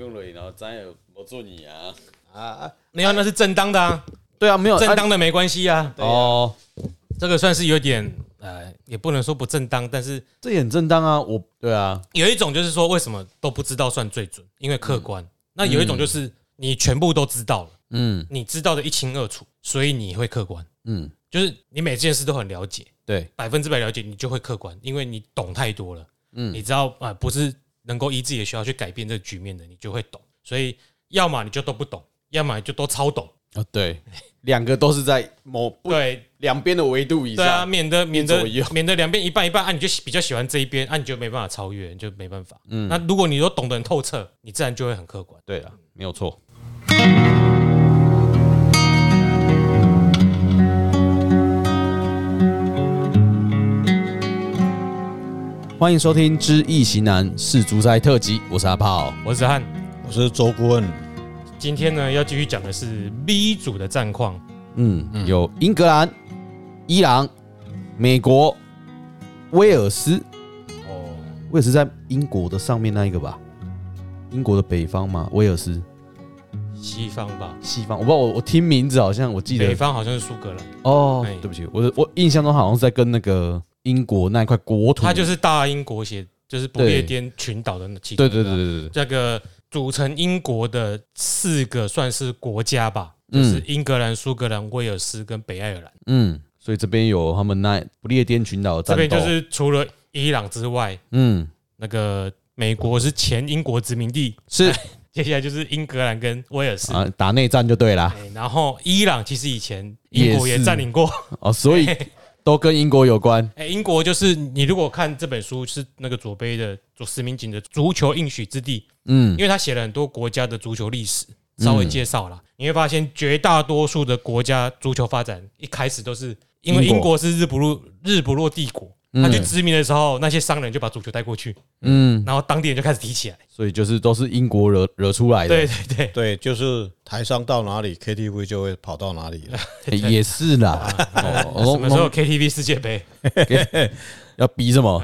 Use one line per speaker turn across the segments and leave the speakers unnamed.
用了，然后咱也没做你啊，
没有，那是正当的啊，
对啊，没有
正当的没关系啊。
啊哦，
这个算是有点呃，也不能说不正当，但是
这也很正当啊，我对啊，
有一种就是说为什么都不知道算最准，因为客观。那有一种就是你全部都知道了，
嗯
你知道的一清二楚，所以你会客观，
嗯，
就是你每件事都很了解，
对，
百分之百了解，你就会客观，因为你懂太多了。
嗯
你知道啊、不是能够依自己的需要去改变这个局面的，你就会懂。所以要么你就都不懂，要么你就都超懂。
啊对，两个都是在某不
对，
两边的维度以
对啊，
上，
免得免得
左右
免得两边一半一半啊，你就喜比较喜欢这一边啊，你就没办法超越，你就没办法。嗯，那如果你都懂得很透彻，你自然就会很客观。
对啊，没有错。欢迎收听《知易行难是竹斋特辑》，我是阿炮。
我是子翰，
我是周顾问，
今天呢要继续讲的是 B 组的战况。
嗯，有英格兰、伊朗、美国、威尔斯。
哦，
威尔斯在英国的上面那一个吧？英国的北方嘛，威尔斯
西方吧，
西方，我不知道，我我听名字好像我记
北
得
方好像是苏格兰，
哦
哎。
对不起，我的我印象中好像是在跟那个英国那一块国土，
它就是大英国协，就是不列颠群岛的那其中
对
一个
对对对对对，
这个组成英国的四个算是国家吧，就
嗯
是英格兰、苏格兰、威尔斯跟北爱尔兰。
嗯，所以这边有他们那不列颠群岛的
这
战
边
斗，
就是除了伊朗之外，
嗯
那个美国是前英国殖民地，
是
接下来就是英格兰跟威尔斯。
啊打内战就对啦
哎然后伊朗其实以前英国
也
也
是
占领过，
哦，所以都跟英国有关，
哎，英国就是你如果看这本书是那个左杯的左石明景的《足球应许之地》，
嗯
因为他写了很多国家的足球历史，稍微介绍啦，你会发现绝大多数的国家足球发展一开始都是因为
英国
英国是日不落日不落帝国，他去殖民的时候，那些商人就把足球带过去，
嗯，
然后当地人就开始提起来。
所以就是都是英国惹惹出来的
对，对对，
对，就是台商到哪里，KTV 就会跑到哪里了。
哎也是啦，哦
什么时候
哦
KTV 世界杯？
要比什么？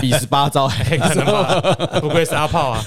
比十八招，
哎可能吧，不愧是阿炮啊！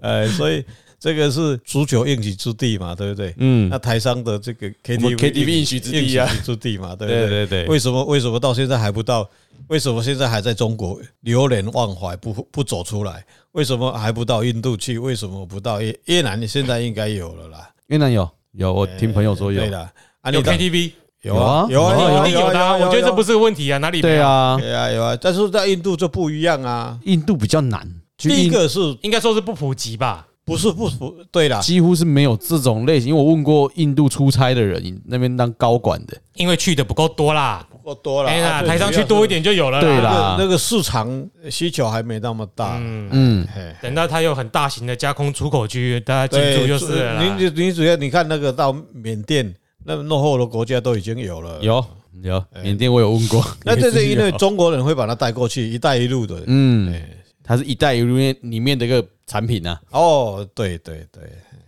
哎，所以这个是足球应许之地嘛，对不对？
嗯
那台商的这个 KTV
KTV 应许之地啊
应许之地嘛，对不
对
对？
对对
为什么为什么到现在还不到？为什么现在还在中国流连忘怀，不不走出来？为什么还不到印度去？为什么不到越越南？现在应该有了啦，
越南有有，我听朋友说有
对。啦。啊，
有
你到
KTV，
有啊
有
有
啊
啊
一
啊
定有的啊。
啊
我觉得这不
是
是个问题啊，哪里没有
对？啊，
有啊有啊，但是在印度就不一样啊。
印度比较难，去
第一
印
个是
应该说是不普及吧？
不是不不对啦，
几乎是没有这种类型。因为我问过印度出差的人，那边当高管的，
因为去的不够多啦。
不够多啦。
哎呀，
啊
台上去多一，点就有了。
对
对主
啦
要是那个那个市场需求还没那么大。
嗯，
嗯，
嘿
等到它有很大型的加工出口区，大家进驻
对，
就是了啦。
你你主要你看那个到缅甸，那落后的国家都已经有了。，
有有，缅甸我有问过，
那这是因为
有
中国人会把它带过去，“一带一路”的。
嗯，它是一带一路里面的一个产品啊，
哦，对对对，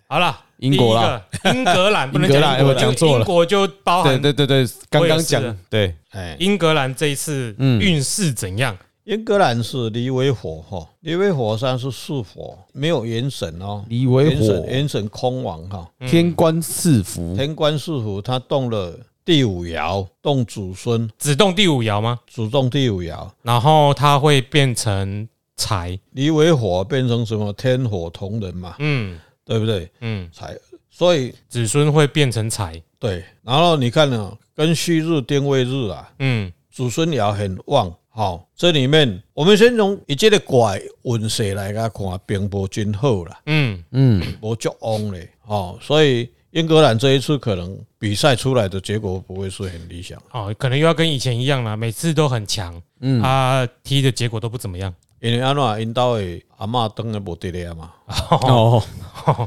好了，
英国啦
第一个，英格兰不能
英格
讲
兰
英国，
我讲
就
错了
英国就包
对
含
对对对，刚刚
哦我也是
讲对，
哎，
英格兰这一次
嗯
运势怎样？
英格兰是离为火哈，离为火山是四火，没有元神哦，
离为
元神
火，
元嗯神空亡哈。
天官赐福，
天官赐福，他动了第五爻，动祖孙，
只动第五爻吗？
主动第五爻，
然后它会变成财。
离为火变成什么天火同人嘛，
嗯
对不对？
嗯，
才所以
子孙会变成财。
对，然后你看呢、跟戌日、丁未日啊，
嗯，
祖孙爻很旺。好，这里面我们先从一这个卦运势来甲看，并不真好啦，
嗯，
嗯，
无足旺咧。哦，所以英格兰这一次可能比赛出来的结果不会是很理想，
哦，可能又要跟以前一样啦，每次都很强，
嗯
嗯，啊，踢的结果都不怎么样。
因为安怎因兜的阿嬷当然无得咧嘛。
哦，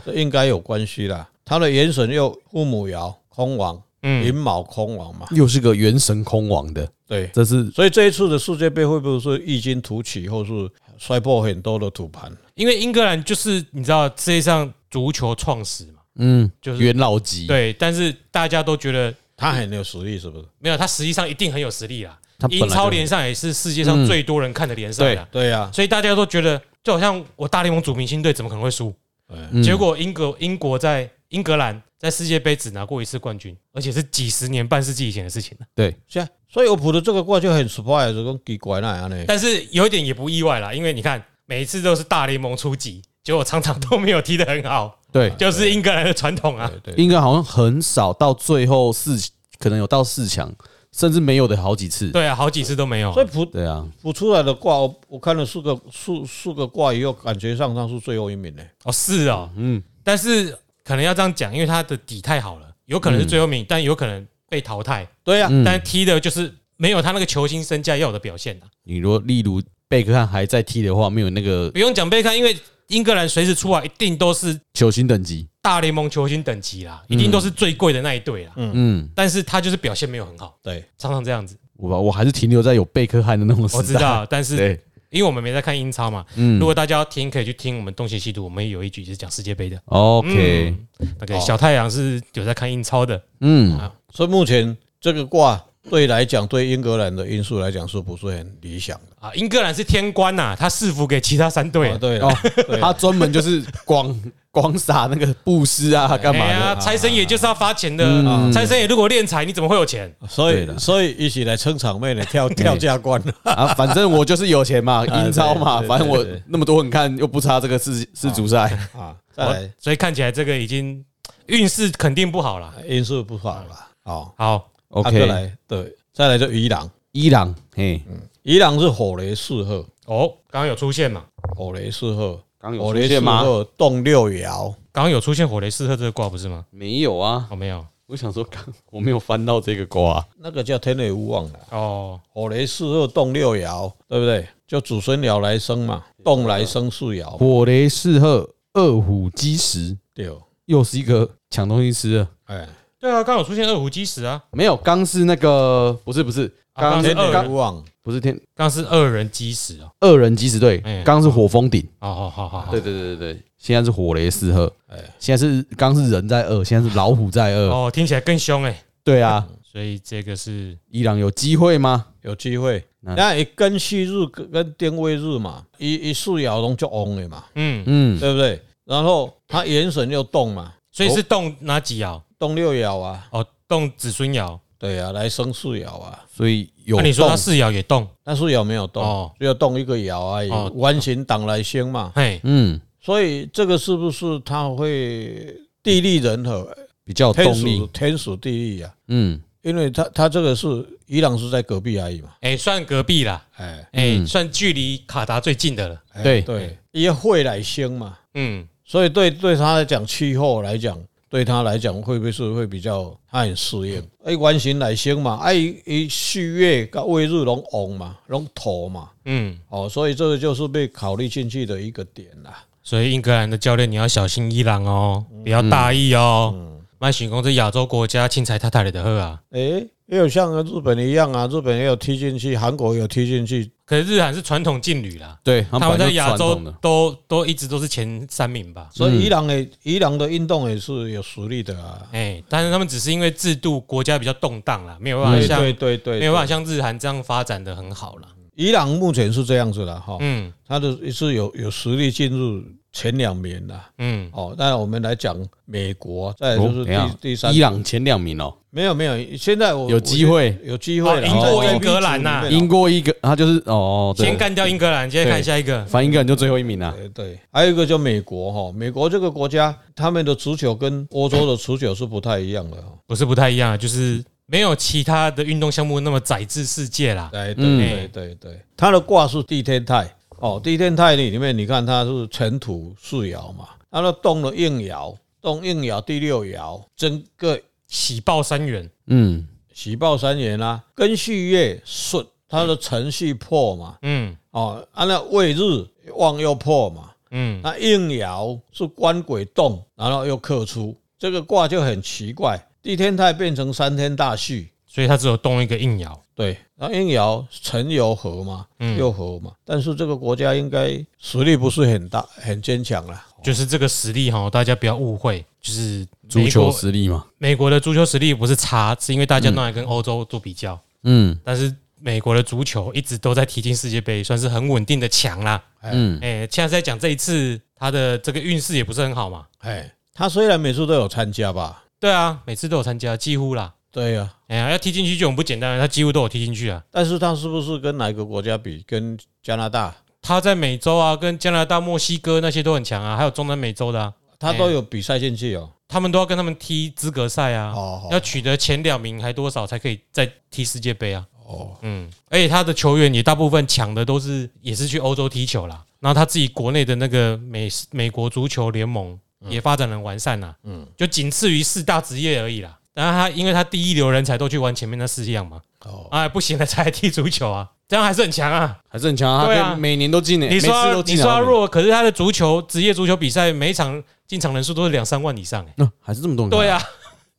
这应该有关系啦。他的元神又父母爻空亡，寅
嗯，
卯空亡嘛，
又是个元神空亡的，
对。
这是
所以这一次的世界杯会不会是异军突起，或是摔破很多的土盘？
因为英格兰就是你知道世界上足球创始嘛，
嗯
就是
元老级，
对，但是大家都觉得
他很有实力，是不是？
没有，他实际上一定很有实力啦。
他本来
英
就嗯
超联赛也是世界上最多人看的联赛啦，
对呀、啊
所以大家都觉得，就好像我大联盟主明星队怎么可能会输？
嗯
结果英格英国在英格兰在世界杯只拿过一次冠军，而且是几十年半世纪以前的事情了。
对，
是啊，所以我补的这个卦就很 surprise，就讲奇怪那样呢。
但是有一点也不意外啦，因为你看每一次都是大联盟初级，结果常常都没有踢得很好，
对，
就是英格兰的传统啊。
对对，
英格兰好像很少到最后四，可能有到四强，甚至没有的好几次。
对啊，好几次都没有
所以
啊。
补
对啊，
补出来的卦，我我看了四个四四个卦以后，感觉上他是最后一名呢。
哦，是哦，
嗯，
但是可能要这样讲，因为他的底太好了，有可能是最后一名，但有可能被淘汰。
对呀、啊，
嗯
但踢的就是没有他那个球星身价要有的表现啊。
你如果例如贝克汉还在踢的话，没有那个
不用讲贝克，因为英格兰随时出来啊一定都是
球星等级，
大联盟球星等级啦，一定都是最贵的那一队啦。
嗯，
但是他就是表现没有很好，
对，
常常这样子。
我吧，我还是停留在有贝克汉的那种时代。
我知道，但是
对，
因为我们没在看英超嘛，
嗯
如果大家要听，可以去听我们东邪西毒，我们有一局是讲世界杯的。
，OK，哦
那个小太阳是有在看英超的，
嗯，
所以目前这个卦对来讲，对英格兰的因素来讲是不是很理想的？
啊，英格兰是天官呐、他赐福给其他三队、
啊对了
哦，
对
他专门就是光光撒那个布施啊，干嘛
哎
的？
呀，财神爷就是要发钱的，啊
嗯
财神爷如果敛财，你怎么会有钱？
所
对
以
了
所以一起来撑场妹呢，跳跳价关了。
啊，反正我就是有钱嘛，英超嘛，
对对
反正我
对对
那么多人看，又不差这个世世足赛。
啊，再来
所以看起来这个已经嗯运势肯定不好了。
哎因素不好了。好，
好，
啊再
OK，
来对，再来就伊朗，
伊朗，嘿，
伊朗是火雷四合，
哦，刚刚有出现嘛？
火雷四合，
刚
火雷四合动六爻，
刚刚有出现火雷四合这个卦不是吗？
没有啊，
哦，没有，
我想说刚我没有翻到这个瓜，
那个叫天雷无妄了。
哦，
火雷四合动六爻，对不对？就祖孙爻来生嘛，动来生四爻，
火雷四鹤，二虎基石，
对，
又是一个抢东西吃的。
哎，
对啊，刚刚有出现二虎基石啊，
没有，刚是那个不是不是，
啊刚
刚
是
天
二
雷
人
无妄，
不是天
刚刚是二人基石哦，
二人基石队
哎，
刚是火风顶，
哦，好好好好，
啊对对对对对，现在是火雷四鹤
哎，
现在是刚是人在二，现在是老虎在二，
哦，听起来更凶哎、
对啊，
所以这个是
伊朗有机会吗？
有机会。
嗯
那一根戌日跟丁未日嘛，一一四爻拢就旺的嘛，
嗯，
嗯，
对不对？然后它元神又动嘛，
所以是动哪几爻？
动六爻啊，
哦，动子孙爻。
对啊，来生四爻啊，
所以有
那你说
动
他四爻也动？
但四爻没有
哦
动，只有动一个爻而已
哦，
完形党来生嘛，
嘿，
嗯
所以这个是不是它会地利人和，
比较有
天
哦动
时
力，
天时地利啊？
嗯，
因为它它这个是伊朗是在隔壁而已嘛，
哎、算隔壁啦，
哎，
哎、
嗯
算距离卡达最近的了。
哎
对
对，也会来生嘛，
嗯，
所以对对他来讲，气候来讲，对他来讲会不会是会比较他很适
嗯
应？哎，完形来生嘛，哎，一旭月跟未日拢旺嘛，拢土嘛，
嗯，
哦，所以这个就是被考虑进去的一个点啦。
所以英格兰的教练你要小心伊朗哦，
嗯
不要大意哦。麦巡公这亚洲国家钦才太太的喝啊，
哎，也有像日本一样啊，日本也有踢进去，韩国也有踢进去，
可是日韩是传统劲旅啦，
对，他
他们
本来
在
就
亚
传
洲
统的
都都一直都是前三名吧。
所以伊朗的伊朗的运动也是有实力的啊。
哎、但是他们只是因为制度国家比较动荡啦，没有办
对
法像、
对对对，
没有办法
法。
像日韩这样发展的很好啦。
伊朗目前是这样子的
哦
哈，
嗯
他的是有有实力进入前两名的。
嗯，
哦，那我们来讲美国，再来
哦
就是
等一下
第第三，
伊朗前两名哦，
没有没有，现在我
有机，会
我有机会
哦
啦
赢
过
在
英格兰啊呐
B 组里面
赢过一个，他就是哦，对
先干掉英格兰，接着看
对
下一个。
反正一个人就最后一名啊，
对对，还有一个叫美国哈，美国这个国家，他们的足球跟欧洲的足球是不太一样的哈。
不是不太一样，啊就是没有其他的运动项目那么载至世界啦。
对哎对
嗯
对对对，它的卦是地天泰哦，地天泰里面你看它是尘土四爻嘛，它都动了应爻，动应爻第六爻，整个
喜报三元，
嗯，
喜报三元啦、庚戌月顺，它的辰戌破嘛，
嗯
哦，啊，那未日旺又破嘛，
嗯，
那应爻是官鬼动，然后又克出，这个卦就很奇怪。地天泰变成三天大序，
所以它只有动一个硬
哦
爻。
对，那应爻辰酉合嘛，
嗯
又合嘛，但是这个国家应该实力不是很大，很坚强啦。
就是这个实力哈，大家不要误会，就是
足
美
球
国
实力嘛，
美国的足球实力不是差，是因为大家都来跟欧洲做比较，
嗯
但是美国的足球一直都在踢进世界杯，算是很稳定的强啦。
嗯，
哎、现在在讲这一次他的这个运势也不是很好嘛。
哎，他虽然每次都有参加吧，
对啊，每次都有参加，几乎啦。
对呀、
哎呀，要踢进去就很不简单了，他几乎都有踢进去啊。
但是他是不是跟哪个国家比？跟加拿大，
他在美洲啊，跟加拿大、墨西哥那些都很强啊，还有中南美洲的啊，
他都有比赛进去哦。
他们都要跟他们踢资格赛啊，
哦
要取得前两名还多少才可以再踢世界杯啊。
哦，
嗯，而且他的球员也大部分抢的都是也是去欧洲踢球啦，然后他自己国内的那个美美国足球联盟也发展得很完善啦，嗯，就仅次于四大职业而已啦。然后他因为他第一流人才都去玩前面那四样嘛，
哦，
啊不行了才来踢足球啊，这样还是很强啊。
还是很强啊，
对啊
他可以每年都进诶，每
你说
次
他
都
你
进啊
说他弱，可是他的足球职业足球比赛每一场进场人数都是两三万以上、欸，
那嗯还是这么多人看，
对啊，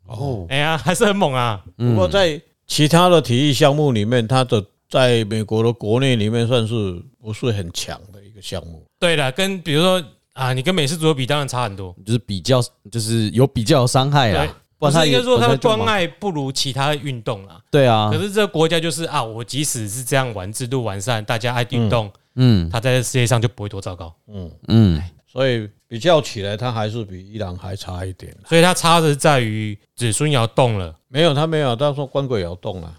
哦，
哎呀还是很猛啊，
嗯
不过在其他的体育项目里面，他的在美国的国内里面算是不是很强的一个项目。
对了，跟比如说啊，你跟美式足球比当然差很多，
就是比较，就是有比较有伤害
对
啦，。不然他
是应
也
该说他的关，
不然就
爱不如其他的运动啦。
对啊
可，是这个国家就是啊，我即使是这样玩制度完善，大家爱运动，
嗯
他在世界上就不会多糟糕。
嗯，
嗯，
所以比较起来，他还是比伊朗还差一点。
所以他差的是在于子孙爻动了，
没有，他没有，他说官鬼摇动啊，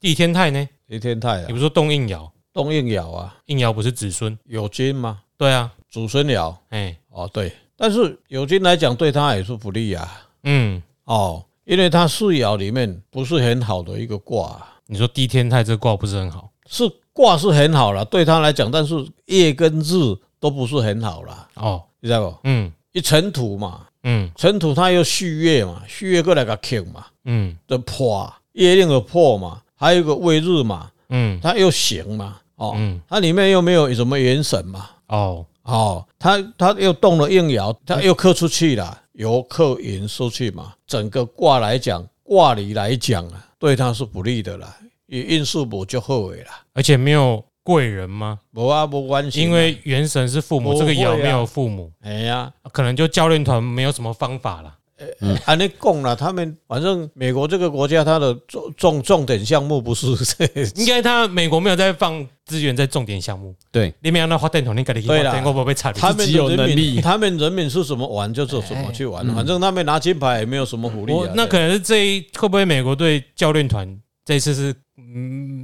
地天泰呢？
李天泰
你
啊，
不是说动应爻，
动应爻啊，
应爻不是子孙？
有金吗？
对啊，
祖孙爻
哎、
哦，对，但是有金来讲对他也是不利啊，
嗯，
哦，因为他四爻里面不是很好的一个卦啊、
你说地天泰这卦不是很好
是卦是很好了，对他来讲，但是月跟日都不是很好啦，
哦，
你知道不？
嗯
一尘土嘛，
嗯
尘土它又续月嘛，续月过来个克嘛，
嗯
的破月令的破嘛，还有一个未日嘛，
嗯
它又行嘛，哦，
嗯，
它里面又没有什么元神嘛，
哦，
哦，它它又动了应爻，它又克出去了，由克引出去嘛，整个卦来讲，卦理来讲啊，对它是不利的啦，以运势不就后悔啦，
而且没有贵人吗？
无啊无关系，
因为元神是父母，
不
这个爻
会啊
没有父母，
哎呀。
可能就教练团没有什么方法啦。
按啊你讲了，他们反正美国这个国家，它的重重重点项目不是这，
应该他美国没有在放资源在重点项目，
对，
你没有那花电筒，你搞的
对啦
我不会被踩
他们
自己有
的人
能 力
民，他们人民是怎么玩就是怎么去玩，反正他们拿金牌也没有什么福利
我嗯
啊。
哦那可能是这一会不会美国队教练团这次是嗯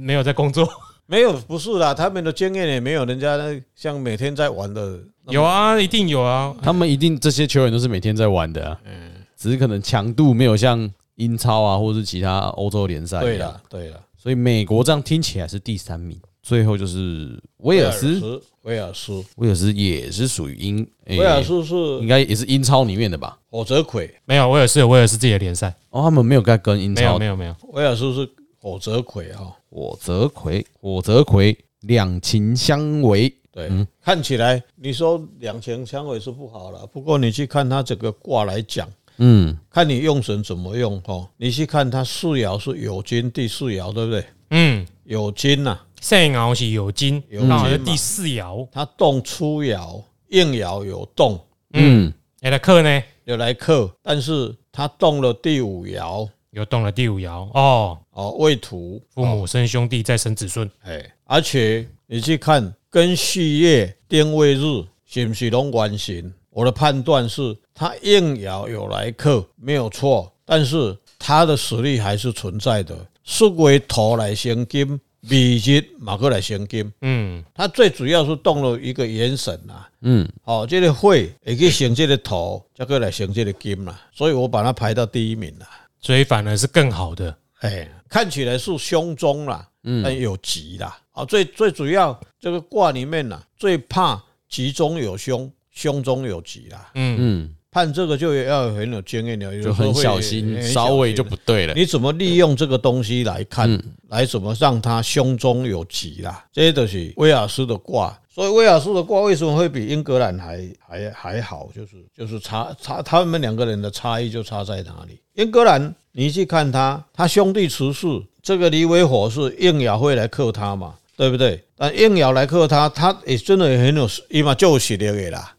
没有在工作？
没有不是啦，他们的经验也没有人家那像每天在玩的 那么
有啊，一定有啊。
他们一定这些球员都是每天在玩的啊，
嗯
只是可能强度没有像英超啊，或是其他欧洲联赛，
对，了，对了，
所以美国这样听起来是第三名，最后就是威尔斯，，哎
威尔斯，
威尔斯也是属于英，诶
威尔斯
应
是
该也是英超里面的吧？
火泽魁，
没有，威尔士有威尔士自己的联赛，
哦，他们没有该跟英
没有
超
没有没有，
威尔斯是火泽魁哈。
火泽葵，火泽葵两情相违，
对，看起来你说两情相违是不好了，不过你去看他整个卦来讲。
嗯，
看你用神怎么用哦。你去看它四爻是酉金第四爻，对不对？
嗯，
酉金呐、
上爻是有金，
有
刚好是
金嘛
第四爻。
它动初爻，应爻有动，
嗯，
哎，来克呢
有来克，但是它动了第五爻
有动了第五爻哦，
哦，未土，
父母生兄弟再生子孙，
哎，而且你去看跟序月、定位日是不是拢完形？我的判断是，它应爻有来克没有错，但是它的实力还是存在的。是为土来生金，未日马过来生金。
嗯
它最主要是动了一个元神啊，
嗯，
哦，这个会也去行这个头，再过来行这个金啦、所以我把它排到第一名啦、
所以反而是更好的。
哎，看起来是胸中啦，
嗯
但有吉啦，啊、最最主要这个卦里面啦、最怕吉中有凶，凶中有吉啦，
嗯
嗯，
判这个就要很有经验了，有时
就
候
很
会
小
很
心，
小
稍微就不对了。
你怎么利用这个东西来看，来怎么让它胸中有吉啦？这些都是威尔斯的卦。所以威尔斯的卦为什么会比英格兰还还还好？就是就是差差他们两个人的差异就差在哪里？英格兰，你去看他，他兄弟持世，这个离为火是应爻会来克他嘛，对不对？但应爻来克他，他也真的很有，伊嘛就有实力的啦。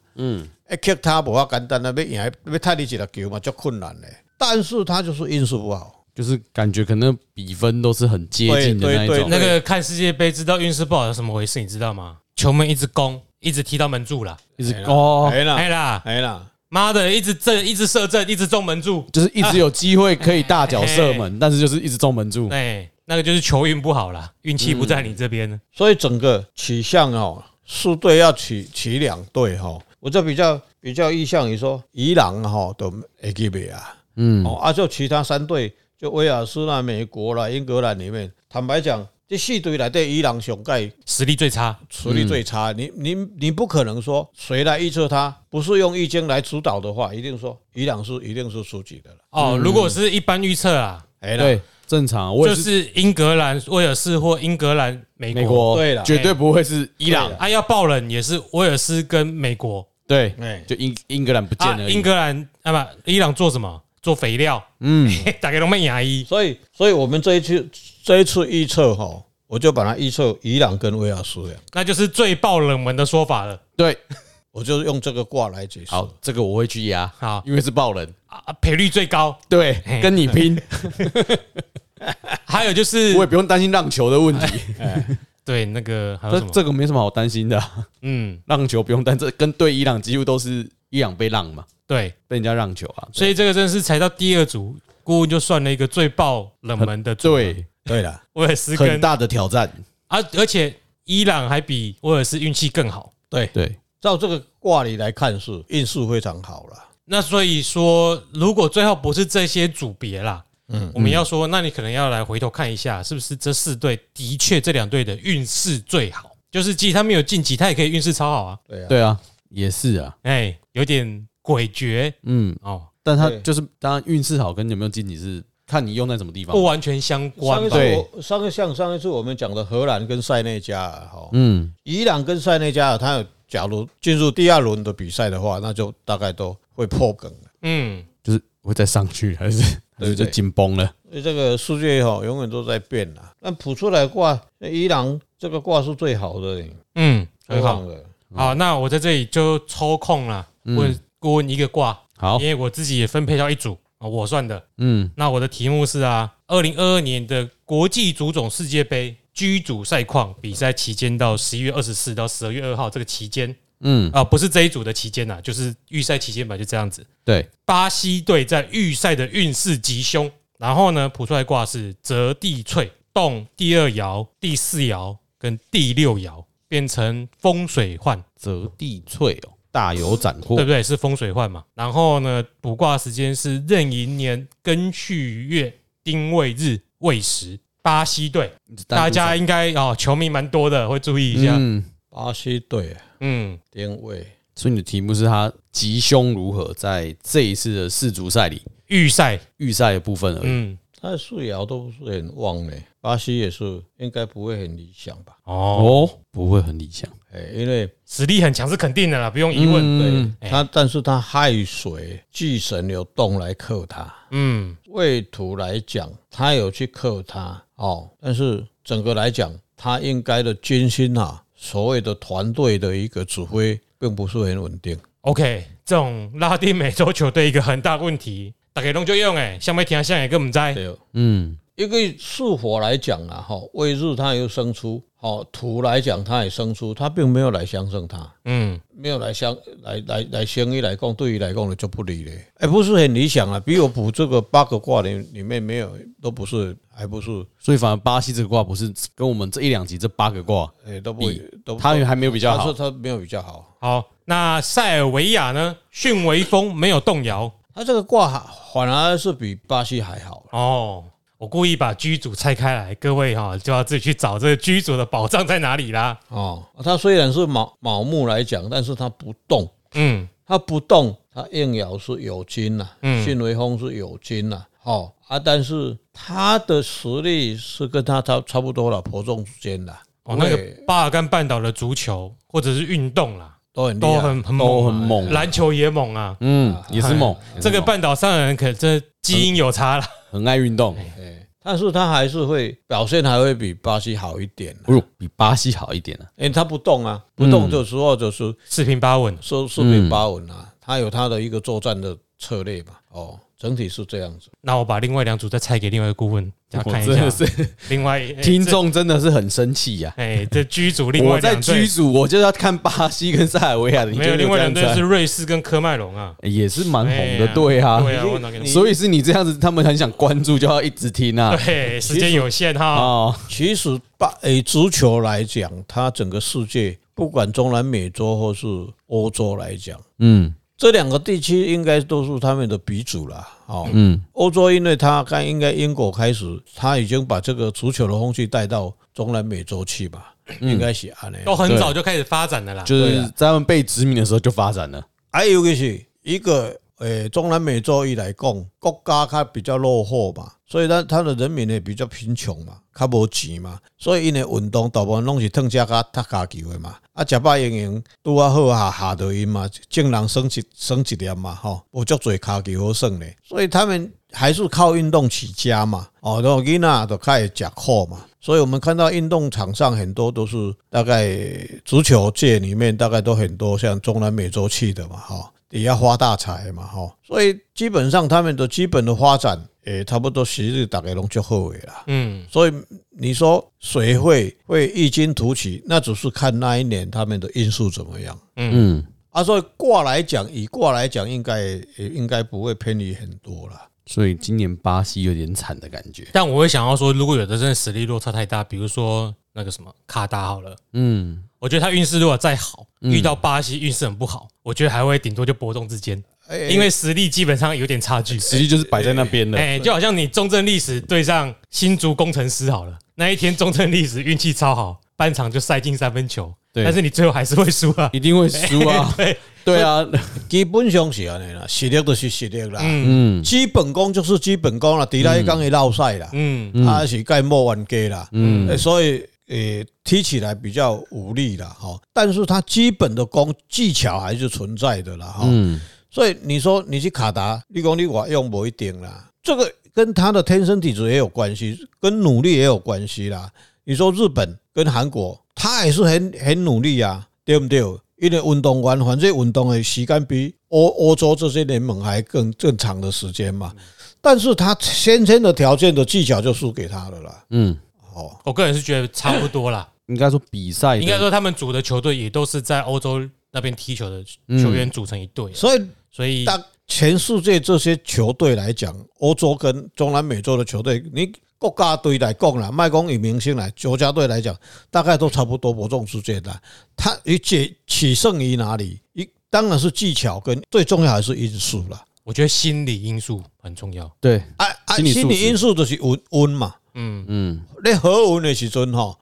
一克他无法简单啊，要赢要踢你一粒球嘛，足困难的。但是他就是运势不好。
就是感觉可能比分都是很接近的那一
对对
种
对，
那个看世界杯知道运势不好是什么回事，你知道吗？球门一直攻，一直踢到门柱啦，
一直哦，
哎
哎
啦，
啦，
哎啦，
妈的，一直正，一直射正，一直中门柱，
就是一直有机会可以大脚射门，但是就是一直中门柱。
哎，那个就是球运不好啦，运气不在你这边呢。
所以整个取向哦，四队要取取两队哈，我就比较比较意向于说，伊朗哈都 A G B 啊，
嗯，
哦，啊，就其他三队，就威尔斯啦、美国啦、英格兰里面，坦白讲，这四队来对伊朗上盖
实力最差，
实力最差，
嗯
你你你不可能说谁来预测他，不是用易经来主导的话，一定说伊朗是一定是输几的了。
哦，如果是一般预测啊，
哎啦，
对，正常，我
就
也是
是英格兰、威尔士或英格兰、美
美
国。哎
国，
对啦
绝对不会是伊朗，
啊，要爆冷也是威尔士跟美国
对
哎，
就英英格兰不见
啊，
而
英
已。
格兰啊不，伊朗做什么？做肥料，
嗯，
大概龙门牙医。
所以所以我们这一次这一次预测哈，我就把它预测伊朗跟威尔斯呀，
那就是最爆冷门的说法了。
对，
我就是用这个卦来解释。
好，这个我会去压，
好
因为是爆人，
啊，赔率最高。
对
嘿，
跟你拼，
还有 就是
我也不用担心让球的问题，
对那个还有
这
什么？
这个没什么好担心的啊，
嗯，
让球不用担，这跟对伊朗几乎都是伊朗被让嘛，
对，
被人家让球啊，
所以这个真是才到第二组，顾问就算了一个最爆冷门的组，
对，
对了，
威尔斯
很
跟
大的挑战，
而而且伊朗还比威尔斯运气更好。
对，
对，
啊
照这个卦理来看是运势非常好了。
那所以说，如果最后不是这些组别啦，嗯，我们要说，那你可能要来回头看一下，是不是这四队的确这两队的运势最好？就是即使他没有晋级，他也可以运势超好啊！
对啊，
对啊，也是啊，
哎，有点诡谲
嗯，
哦，
但他
对
就是当然运势好跟有没有晋级是看你用在什么地方
不，完全相
上
关
一
吧
次？
对
我上个像上一次我们讲的荷兰跟塞内加尔哈，
嗯，
伊朗跟塞内加尔，他有假如进入第二轮的比赛的话，那就大概都会破梗了。
嗯，
就是会再上去还是还是
对
就紧绷了，
因为这个世界哈、永远都在变啦。那谱出来的卦，伊朗这个卦是最好的，
嗯，很
最
好。
的。
好，那我在这里就抽空了，问顾问一个卦，
嗯好
因，为我自己也分配到一组啊，我算的。
嗯
那我的题目是啊，二零二二年的国际足总世界杯 G 组赛况比赛期间到十一月二十四到十二月二号这个期间
嗯，
啊，不是这一组的期间呐、就是预赛期间吧，就这样子。
对，
巴西队在预赛的运势极凶，然后呢，普出来卦是折地翠动第二爻、第四爻跟第六爻，变成风水患，
折地翠哦，大有斩获
对，不对？是风水患嘛。然后呢，卜卦时间是壬寅年庚戌月丁未日未时。巴西队，大家应该哦，球迷蛮多的，会注意一下。嗯
嗯，
巴西队啊定位
所以你的题目是他吉凶如何在这一次的世足赛里
预赛，
预赛的部分而已。
嗯，
他的素爻都不是很旺呢，巴西也是应该不会很理想吧？
哦，
哦，不会很理想，
哎、因为
实力很强是肯定的啦，不用疑问。
对
嗯，
哎
他，但是他亥水忌神有动来克他，
嗯
未土来讲，他有去克他哦，但是整个来讲，他应该的军心啊，所谓的团队的一个指挥，并不是很稳定。
，OK，这种拉丁美洲球队一个很大问题，大家拢就用诶，想要听想也跟唔知道。
对，哦
嗯，
一个是火来讲啊，哈、未日他又生出，哦，土来讲他也生出，他并没有来相胜他。
嗯，
没有来相来来来相依来共，对于来共的就不利嘞，哎，不是很理想啊。比我补这个八个卦里里面没有，都不是，还不是，
所以反而巴西这个卦不是跟我们这一两集这八个卦，
哎，都不
呃
都
他还没有比较
他
好
说。他没有比较好。
好，那塞尔维亚呢？巽为风，没有动摇，
他这个卦反而是比巴西还好了。
哦，我故意把居组拆开来，各位哈、就要自己去找这个居组的宝藏在哪里啦。
哦，它虽然是卯卯木来讲，但是它不动，
嗯
它不动，它应爻是有金呐、
嗯
巽为风是有金呐、哦啊，但是它的实力是跟它差差不多了，伯仲之间的，
哦，那
对
个巴尔干半岛的足球或者是运动啦，
都很厉
都
害。
很很
都
猛
很
啊，
猛，
篮球也猛啊。
嗯，也是猛。
这个
也是猛
半岛上的人可真基因有差啦。
很爱运动，哎
哎但是它还是会表现还会比巴西好一点、啊，
哎呦，比巴西好一点啊。
因为它不动
嗯
啊，不动的时候就是
四平八稳，
说四平八稳啊，它有它的一个作战的策略嘛。哦，整体是这样子。
那我把另外两组再拆给另外一个顾问，大家
我
看一
真的
下。
是
另外哎
听众真的是很生气呀。
这哎，这居组另外
我在
两队
居组，我就要看巴西跟塞尔维亚的，你
没有，
觉得
另外
这样
两
子
队
啊
是瑞士跟科麦隆啊，
也是蛮红的
哎，呀
对啊，
对啊，我拿给你们。
所以是你这样子，他们很想关注，就要一直听啊。
对，啊时间有限哈。
哦，
其实把诶足球来讲，它整个世界不管中南美洲或是欧洲来讲，
嗯
这两个地区应该都是他们的鼻祖啦。哦，
嗯，
欧洲因为它刚应该英国开始，它已经把这个足球的风气带到中南美洲去嘛，应该是安尼。
都很早就开始发展的啦，
就是在他们被殖民的时候就发展了。
还有啊就是一个诶，中南美洲伊来讲，国家它比较落后嘛，所以它它的人民呢比较贫穷嘛，较无钱嘛，所以因的运动大部分拢是烫家加踢家球的嘛，啊，食饱用用拄啊好下下到因嘛，正人省一省一点嘛，吼，无足侪骹球好耍咧，所以他们还是靠运动起家嘛，哦，然后囡仔就较会食苦嘛。所以我们看到运动场上很多都是大概足球界里面大概都很多像中南美洲去的嘛，哦哈，也要发大财嘛，哈，所以基本上他们的基本的发展，诶，差不多时日大概拢就后尾啦。
嗯，
所以你说谁会会异军突起，那只是看那一年他们的因素怎么样。
嗯，
啊，所以卦来讲，以卦来讲，应该也应该不会偏离很多啦。
所以今年巴西有点惨的感觉。
但我会想要说，如果有的真的实力落差太大，比如说那个什么卡达好了，
嗯，
我觉得他运势如果再好，遇到巴西运势很不好，我觉得还会顶多就波动之间，
哎
因为实力基本上有点差距。
实际就是摆在那边了。
哎，就好像你中正历史对上新竹工程师好了，那一天中正历史运气超好，半场就塞进三分球，
对
但是你哎最后还是会输啊。
一定会输啊！
对，
对啊，
基本上是安尼啦，实力就是实力啦。
嗯
基本功就是基本功啦，除了迄讲的绕赛啦，
嗯，
啊是盖莫玩家啦，
嗯
哎
呃所以呃踢起来比较无力啦哈。但是他基本的功技巧还是存在的啦哈。
嗯，
所以你说你去卡达，你讲你我用不一定啦，这个跟他的天生体质也有关系，跟努力也有关系啦。你说日本跟韩国，他也是很很努力啊，对不对？因为运动员反正运动的时间比欧欧洲这些联盟还更更长的时间嘛，但是他先天的条件的技巧就输给他了啦。
嗯，
哦，
我个人是觉得差不多啦。
应该说比赛的，
应该说他们组的球队也都是在欧洲那边踢球的球员组成一队啊，
所以
嗯
所以
当全世界这些球队来讲，欧洲跟中南美洲的球队，你国家队来讲啦，卖讲以明星来，国家队来讲，大概都差不多伯仲之间的。他你解取胜于哪里？一当然是技巧跟最重要还是因素啦。
我觉得心理因素很重要。
对，
啊啊，
心理素质
心理因素就是稳稳嘛。
嗯，
嗯，
你好稳的时阵吼，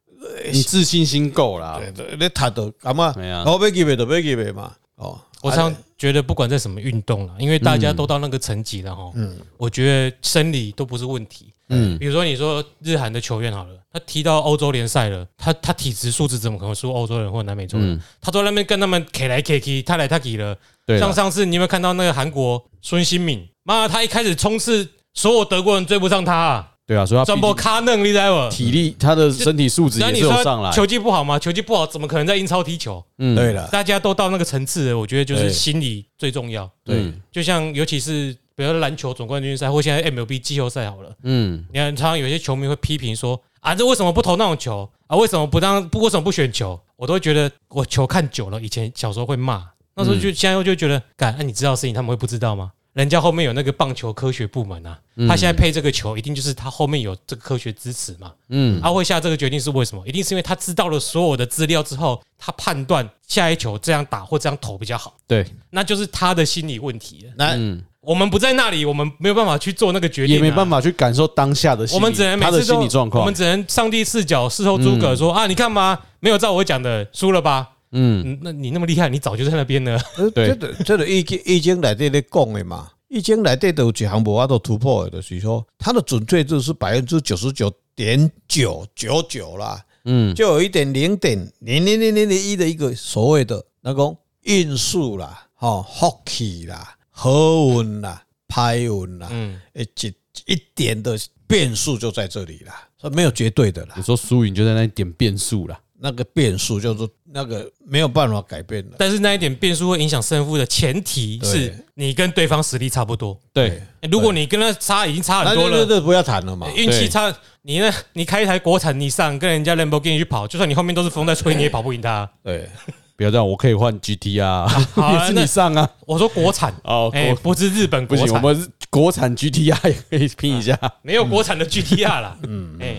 你自信心够啦，
对你踢到感觉，
对啊
我要入的就要入的嘛。哦，
我常常觉得不管在什么运动了，因为大家都到那个层级了哈，我觉得生理都不是问题。
嗯
比如说你说日韩的球员好了，他踢到欧洲联赛了，他他体质素质怎么可能输欧洲人或南美洲人？
嗯，
他坐在那边跟他们 K 来 K 去，他来他去了。
对啊啦
像上次你有没有看到那个韩国孙兴敏？妈，他一开始冲刺，所有德国人追不上他、啊，
对啊，所以他
转
毕
播
竟
卡嫩，你知道不？
体力，他的身体素质
那
也
你
是有上
说
来。
球技不好吗？球技不好，怎么可能在英超踢球？
嗯，
对了，
大家都到那个层次了，我觉得就是
对
心理最重要。
嗯
对，
就像尤其是比如说篮球总冠军赛或现在 MLB 季后赛好了，
嗯
你看常常有些球迷会批评说啊，这为什么不投那种球啊？为什么不当不为什么不选球？我都会觉得我球看久了，以前小时候会骂，那时候
嗯
就现在就觉得，干，啊那你知道的事情他们会不知道吗？人家后面有那个棒球科学部门啊，
嗯
他现在配这个球，一定就是他后面有这个科学支持嘛。
嗯
他会下这个决定是为什么？一定是因为他知道了所有的资料之后，他判断下一球这样打或这样投比较好，
对，
那就是他的心理问题了。
那
嗯，
我们不在那里，我们没有办法去做那个决定、
也没办
法。
法去感受当下的心理，
我们只能每
他的
次都
心理状
我
况
们。只能上帝视角、事后诸葛说、啊，你看嘛，没有照我讲的，输了吧？
嗯，
嗯，那你那么厉害，你早就在那边了。
呃
对
这个这个易经易经内底咧讲的嘛，易经内底都有一项无法度突破的，就是说它的准确度是百分之九十九点九九九啦，
嗯，
就有一点零点零零零零零一的一个所谓的那个运数啦，吼、福气啦，好运啦，歹运啦，
嗯，
诶、一一点的变数就在这里啦，所以没有绝对的啦
嗯
有。时候输赢就在那一点变数啦。
那个变数，就是那个没有办法改变的。
但是那一点变数会影响胜负的前提
对
是你跟对方实力差不多。
对，
欸如果你跟他差已经差
那
很多
就就
了，
就不要谈了嘛。
运气差，你呢？你开一台国产，你上跟人家 Lamborghini 去跑，就算你后面都是风在吹，你也跑不赢他。
对，
不要这样，我可以换 GT 啊，
好
也是你上 啊。
我说国产
哦
哎，
国
不是日本
不
国
行，我
产，啊
们是国产 GTR 也可以拼一下。
没有国产的 GTR 啦。嗯，哎，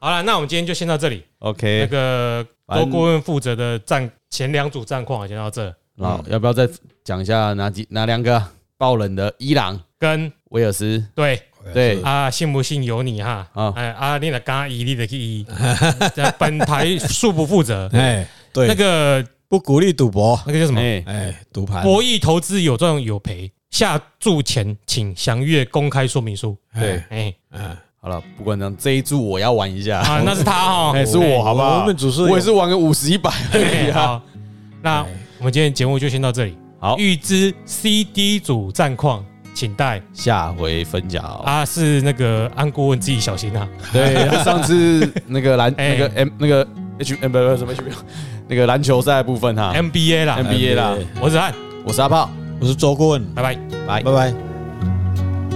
好了，那我们今天就先到这里。那
OK，
个
哎反
多
正
顾问负责的战前两组战况先到这，
好，
嗯
要不要再讲一下哪几哪两个啊爆冷的伊朗、
跟
威尔斯？
对
对
啊，信不信由你哈。
好
哎啊，你的刚一，你的去一， 这本台恕不负责。
哎，对，
那个
不鼓励赌博，
那个叫什么？
哎，
哎，赌盘，
博弈投资有赚有赔，下注前请详阅公开说明书。
对，
哎、
好了，不管怎样，这一注我要玩一下。
啊，那是他哦，
哎，是我，好不好？
我们只是有
我也是玩个五十一百 而已
哎
啊。
好，那我们今天节目就先到这里。
好
预知 CD 组战况，请待
下回分享哦。
啊，是那个安顾问自己小心啊。
对，上次那个篮
哎
那个 M 那个 H M 不不什么 H 那个篮球赛的部分哈
NBA 啦，
，NBA 啦，
我是安，
我是阿炮，
我是周顾问，
拜拜。
拜
拜。拜。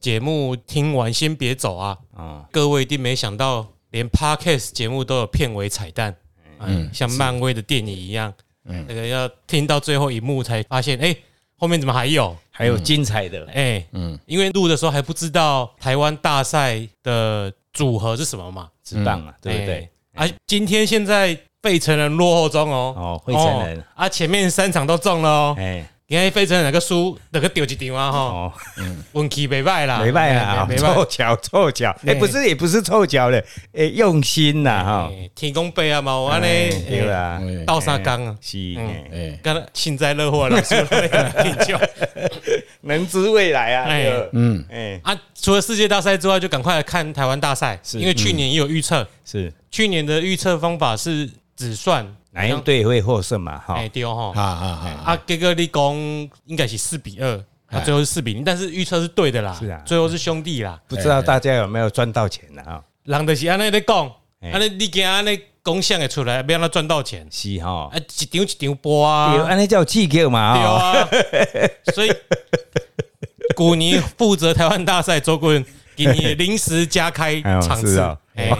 节目听完先别走啊！
啊，
各位一定没想到，连 podcast 节目都有片尾彩蛋，嗯，像漫威的电影一样，嗯，那个要听到最后一幕才发现，哎，后面怎么还有？
还有精彩的，
哎，嗯，因为录的时候还不知道台湾大赛的组合是什么嘛，
直棒啊，对不对？
哎？啊，今天现在费城人落后中哦，
哦费城人
哦啊，前面三场都中了哦，
哎，
你看费城人哪个输，哪个丢一丢啊哈，
哦，
运气没败啦，
没办啊，
没败
凑。巧凑巧，哎，不是也不是凑巧了，哎，用心呐哈，
哎天公伯啊嘛，我安尼
哎对
哎
啦，
哎
斗三工啊，
是，
嗯
哎
哎，
敢若幸灾乐祸老师研 究
能知未来啊，
哎
对
嗯，
哎，
啊。除了世界大赛之外，就赶快来看台湾大赛，因为去年也有预测，
是
去年的预测方法是只算
哪一队会获胜嘛？哈
哎，对吼
啊啊啊！
啊，哥哥立功应该是四比二，啊，最后是四比零，但是预测是对的啦，
嗯是啊
最后是兄弟啦，
不知道大家有没有赚到钱呢？哈，
人就是安尼咧讲，
哎
安尼你惊安尼讲相会出来，要让他赚到钱，
是哈
啊，，一场一场播啊，
有安尼叫气球嘛？
对
哈，
啊， 所以古尼负责台湾大赛，周国人给你临时加开场
哎呦是
次
啊，
哎，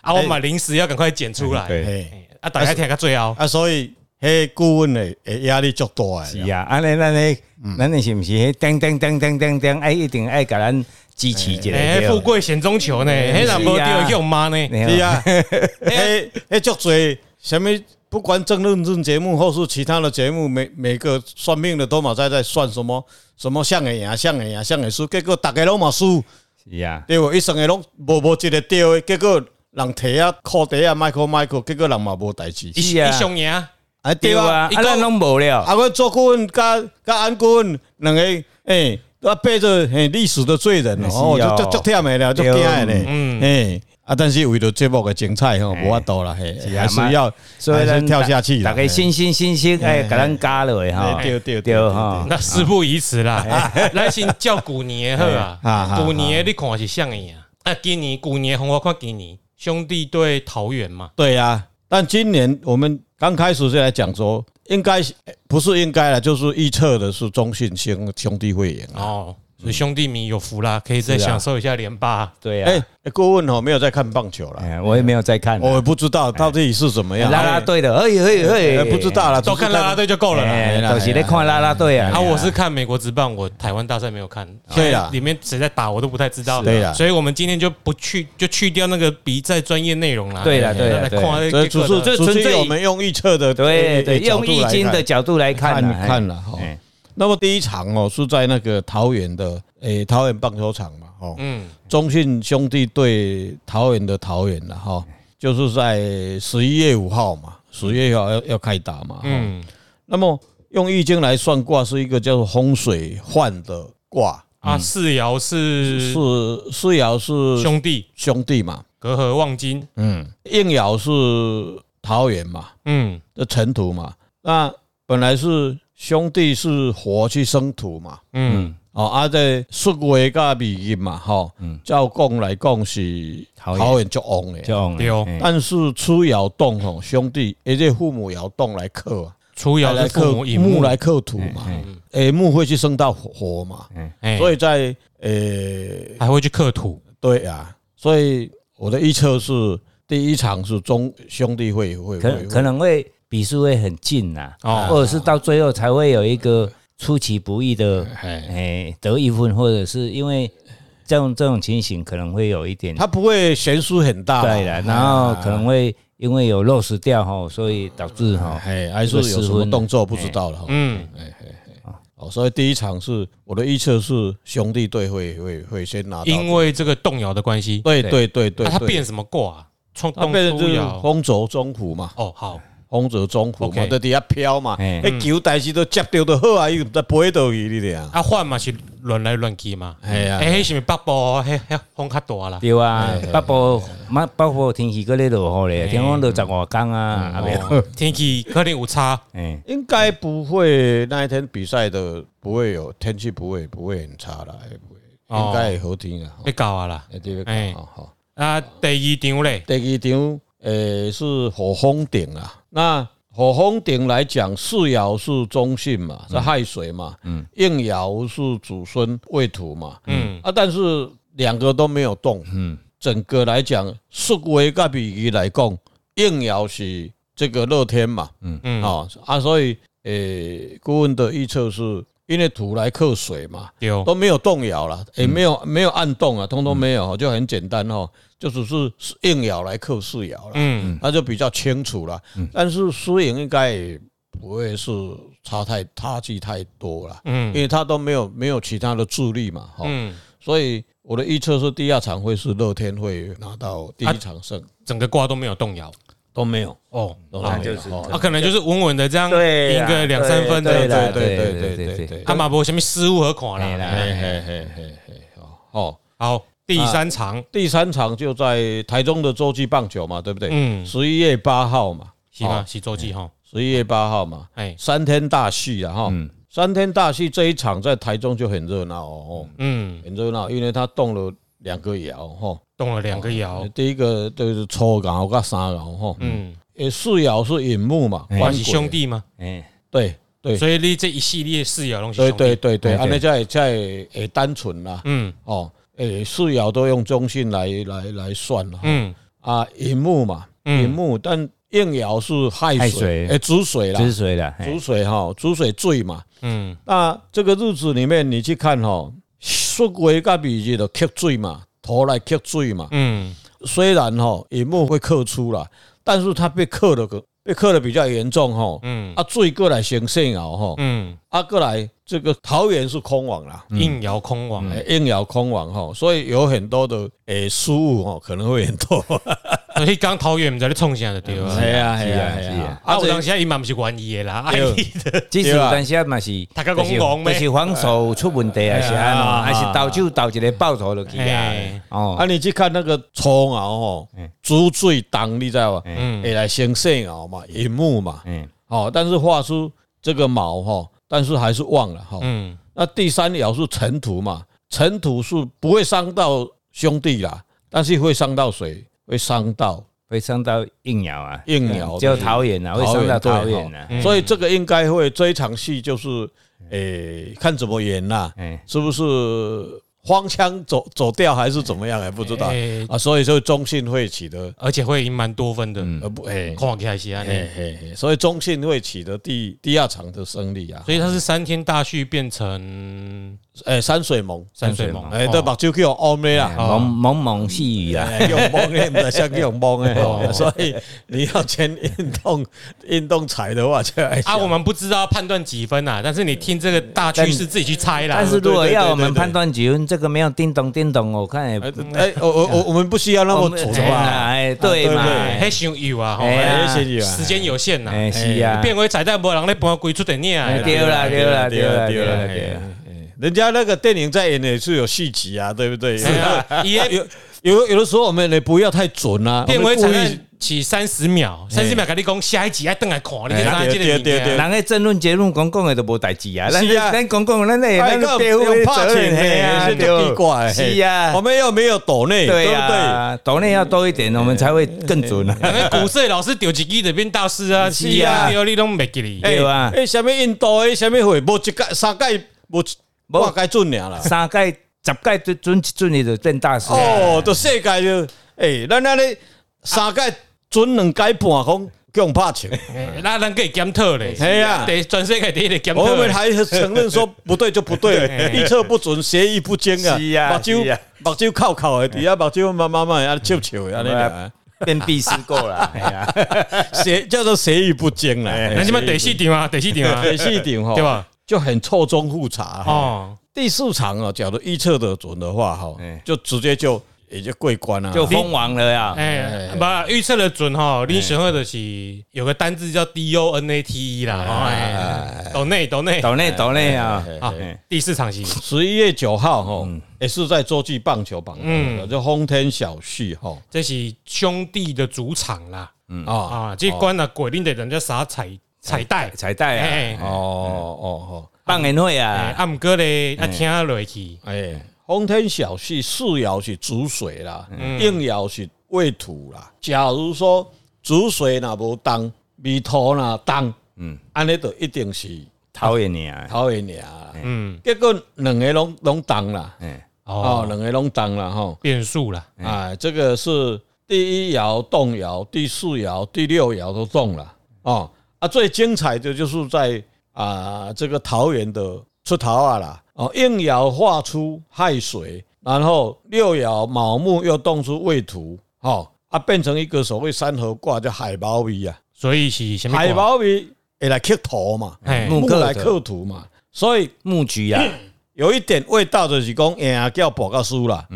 啊，我买临时要赶快剪出来，
对，
哎
哎啊，大家听个最后，
啊，所以迄顾问的的压力足大的。
是啊，安尼咱咧，咱咧是毋是迄噔噔噔噔噔噔，哎，一定爱甲咱支持一下。
哎，
对
富贵险中求呢，哎，那无掉去我妈呢，
对
是 啊，迄迄足多，什么不管政论论节目或是其他的节目，每每个算命的都嘛在在算什么什么像会赢，像会赢，像会输，结果大家拢嘛输，
是啊，
对无？一生的拢无无一个对的，结果人提啊、靠提啊、Michael Michael，结果人嘛无代志。
一
是啊
一雄赢，
啊，
对
对啊，
啊，啊，咱拢无了，
啊，阮做顾问甲甲安顾问两个，诶，都要背着嘿历史的罪人
是
哦，
哦
就足足忝的了，足
对
惊的咧，
嗯
诶，啊，但是为了节目的精彩吼，无法度啦，嘿，
哎是啊
还
嘛
是要，
所以
还
咱
是跳下去
大
啦，
家
嘿
信心信心，哎，甲咱加落去哈
哎，对对对
对哈，
那事不宜迟啦，咱先叫古年好
哎啊
啊
啊，
古年你看是像个呀，啊，今年古年红我看今年兄弟对桃园嘛，
对啊，但今年我们刚开始就来讲说，应该是不是应该了，就是预测的是中信兄兄弟会赢啊。
哦，所以兄弟迷有福啦，可以再
是啊
享受一下连霸。
对
哎
啊，，
顾问哦，没有在看棒球了，
哎，我也没有在看啊，
我也不知道到底是怎么样，
啦啦队的，
哦
哎哎
啊哎，
哎，
哎不知道了，
都看啦啦队就够了啦。
哎，都是咧看啦啦队啊，
啊，我是看美国职棒，我台湾大赛没有看，
哎对啦
里面谁在打我都不太知道，
是啊对啦
所以我们今天就不去，就去掉那个比赛专业内容啦。哎
对啦对啦
来
对
看那
所
个
以只
结
是
果
这
只
纯粹
是我们用预测的
对对，用易经的
哎的角度来
角度来看啊
看看了哦哈
哎
那么第一场哦是在那个桃园的诶桃园棒球场嘛哦，
嗯，
中信兄弟对桃园的桃园了哈，
嗯
就是在十一月五号嘛，十月要要要开打嘛。嗯，
嗯
那么用易经来算卦是一个叫做风水换的卦，
啊，四爻是
是四爻是
兄弟
兄弟嘛，
隔河望京，
嗯，应爻是桃园嘛，
嗯，
这尘土嘛。那本来是兄弟是火去生土嘛，
嗯，
哦，啊，这术月甲美音嘛，吼，照讲来讲是
桃园
桃园足旺的，
就
对哦
但是出窑洞吼，兄弟，而且父母窑洞来克啊，
初爻
来
是
克
父母引木
木，来克土嘛，诶，木会去生到火嘛，
哎，
所以在诶，
还会去克土，
对啊，所以我的预测是第一场是中兄弟会会
可
会
可能会比数会很近呐、
哦
或者是到最后才会有一个出其不意的，
哎
哎，得一分，或者是因为这种这种情形可能会有一点
他不会悬殊很大哎啦，
对了，然后可能会因为有漏失掉哈，所以导致哈，
哎，还是有什么动作不知道了。
嗯，
哦，所以第一场是我的预测是兄弟队会会会先拿到，
因为这个动爻的关系，
对对对对，
那它
对
变什么卦啊？冲
它
动初
变成就是
爻，
风轴中虎嘛，
哦，好，
风轴中虎嘛，
OK
在底下飘嘛，
哎
那球代志都接到就好啊，又在飞倒去你俩，
啊，换嘛是轮来轮去嘛，
哎呀
哎，，那是不是北部，嘿，嘿风较大啦，
对啊，北部嘛北部天气搁咧落雨咧，天空都十外天啊，啊
哦天气可能有差，
哎，
应该不会那一天比赛的不会有天气不会不会很差啦，也不会，
哦
应该会好听啊，
要搞啊啦，
哎这
哎
个好好。
啊，第二场嘞，
第二场诶、是火风顶啊。那火风顶来讲，四爻是中性嘛，是亥水嘛，嗯，应爻是祖孙未土嘛，嗯啊，但是两个都没有动，嗯，整个来讲，四维甲比喻来讲，应爻是这个乐天嘛，嗯嗯啊啊，所以诶、顾问的预测是。因为土来克水嘛，
丢
都没有动摇了，也没有没有暗动啊，通通没有，就很简单哦，就只是硬咬来克四咬了，
嗯，
那就比较清楚了。但是输赢应该也不会是差太差距太多了，因
嗯
为他都没有没有其他的助力嘛，哈，
嗯，
所以我的预测是第二场会是乐天会拿到第一场胜，
整个卦都没有动摇，
都没有，
哦，
都没有，
那就是
哦
啊，可能就是稳稳的这样赢个两三分
对
的，
啦
对对
对对
对
对
对
对
对，
啊嘛无什么失误和看
哎
啦，
啦，
嘿嘿嘿嘿嘿，哦哦。
好，第三场，
第三场就在台中的洲际棒球嘛，对不对？
嗯
十一月八号嘛，
是吗？是周记哈，
十一月八号嘛，
哎，
三天大戏啊哈。三天大戏这一场在台中就很热闹哦，
嗯，
很热闹，因为他动了两个爻哈。
动了两个爻，
第一个就是初爻跟三爻哈，
嗯，
诶，四爻是引木嘛，
哎
关
官
系
鬼
兄，弟嘛，
哎，
对对
所以你这一系列四爻东西，
对对，对对，
哎
啊，
对
那在在诶单纯啦
嗯
哦，诶，四爻都用中性来来来算了
嗯
啊，引木嘛，引
嗯，
木，但应爻是亥水，
亥水
诶，主水啦，
止水了，
主
哎
水哈，主水最嘛，
嗯
那这个日子里面，你去看吼，戌月甲米日就克水嘛，头来克水嘛。
嗯
虽然吼银幕会克出啦，但是它被克了个被克的比较严重吼。
嗯
啊，水过来先胜哦吼，
嗯，
啊过来这个桃园是空网啦，
应爻空亡，
嗯
哎硬咬空网吼，所以有很多的诶失误吼，可能会很多。
哎所以刚桃园唔知咧创啥就对了。
啊
是啊是啊
啊，
啊
有
这
当时伊嘛毋是愿意的啦， 啊，
对
伊的
即使有当时嘛是，
大家讲讲
就
呗
是防守出问题啊，是安
哎
怎，
呀
还是倒手倒一个爆头落去啊
哎？
哦
啊，，你去看那个冲鳌吼，煮水当你知道吧？
嗯
哎
会来先胜鳌嘛，银幕嘛，
嗯，
哦，但是画出这个毛哈，但是还是忘了哈。
嗯
那第三爻是尘土嘛，尘土是不会伤到兄弟啦，但是会伤到谁？会伤到
会伤到应爻啊，
应爻的
就桃园啊，会伤到桃
对
园啊。
哈所以这个应该会这一场戏就是，诶，看怎么演啦，
哎，
是不是荒腔走走掉还是怎么样，还不知道
哎
啊。所以就中信会起的，
而且会赢蛮多分的，
嗯
呃不，哎。
看起来是安
嘿
尼，
嘿嘿，所以中信会取得第第二场的胜利啊！
所以它是三天大蓄变成
哎，山水盟，
山水
哦
盟，
哎，对，目
吧？
睭叫凹咩啊啦，
蒙蒙蒙细雨啊，
哎用蒙诶，唔像用蒙
哦
诶， 所以你要签运动运动彩的话，就要
啊，我们不知道判断几分啊，但是你听这个大趋势自己去猜啦。
哎但是如果要我们
啊对对对对对
判断几分，这个没有叮咚叮咚，我看也不
哎，我我我我们不需要那么
我
主
们
动啊，
哎，对嘛，
还想有啊，吼
哎呀
哎谢谢啊
时间有限呐，
哎是啊，
变为彩蛋无人咧搬鬼出电影啊
哎对啦对啦对啦对啦
哎
对啦，
人家那个电影在演也是有续集啊，对不对？
哎呀，伊
有有有的时候我们也不要太准啊，
变为彩
我们故意
蛋起三十秒，三十秒跟你讲下一集啊要等来看，你看这个物件
人诶争论结论讲讲诶都无代志啊，咱
是啊
咱讲讲咱诶，咱
个
背后的责任嘿啊，
是奇怪，嘿
是啊
我，们又没有抖内，对
对
不对？哎
啊，岛内要多一点，我们才会更准啊。
人家古色老师丢一支的变大师啊，是
是啊
啊，丢你拢袂记哩。
对啊吧？
诶，哎什么印度诶，什么会，无一届三届无
无
无该准尔啦。
三届、十届准准准你就变大师啊。
哦，都世界就诶，咱安尼三届准两届半讲强拍 球，
哎那咱可以检讨嘞，
嘿啊
对，全世界第一个检讨
我
嘞。
们还承认说不对就不 对，预测不准，协议不坚啊，
是啊
目
是
睭
啊
目睭靠靠的，底下目睭慢慢慢啊笑笑的安尼啦，
变必思够 了，哎呀，
协叫做协议不坚啦。
哎
咱即摆第四场啊，第四场啊，
第四场吼，
对吧？
就很错综复杂哈。
哦，
第四场啊，假如预测的准的话哈
哎，
就直接就也就过关啊了，
就封王了啊
啊
呀。
哎，不预测的准吼，你选二就是有个单字叫 D O N A T E 啦，哦哎，岛内岛内
岛内岛内啊，
哎
啊，第四场戏，
十一月九号哈，也是在洲际棒球榜，嗯，就轰天小旭哈
这是兄弟的主场啦，
啊，
啊，这关了鬼令的人家啥彩
哎
彩带，
彩带啊，
哎
哦哦
棒年会
哎，
啊，
啊，毋过咧，啊，听落去，
哦，哎，轰天小旭四爻是主水啦，应爻是未土啦。假如说主水若无当，未土若当，嗯，安尼就一定是
讨厌你啊，
头会赢啦。
嗯，
结果两个拢拢当啦，
哎，
哦，
哦，
两个拢当啦吼。
变数啦，
哎，这个是第一爻动摇，第四爻、第六爻都动了哦。啊，最精彩的就是在啊、这个桃园的出桃啊啦，哦，应爻化出亥水，然后六爻卯木又动出未土，哦，啊，变成一个所谓三合卦叫海毛笔啊，
所以是什么
海嗯
卦？
毛笔会来刻土嘛，
哎
木
木
刻
来
的
刻土嘛，所以
木局
哎
啊，
有一点味道就是讲赢叫博个输啦，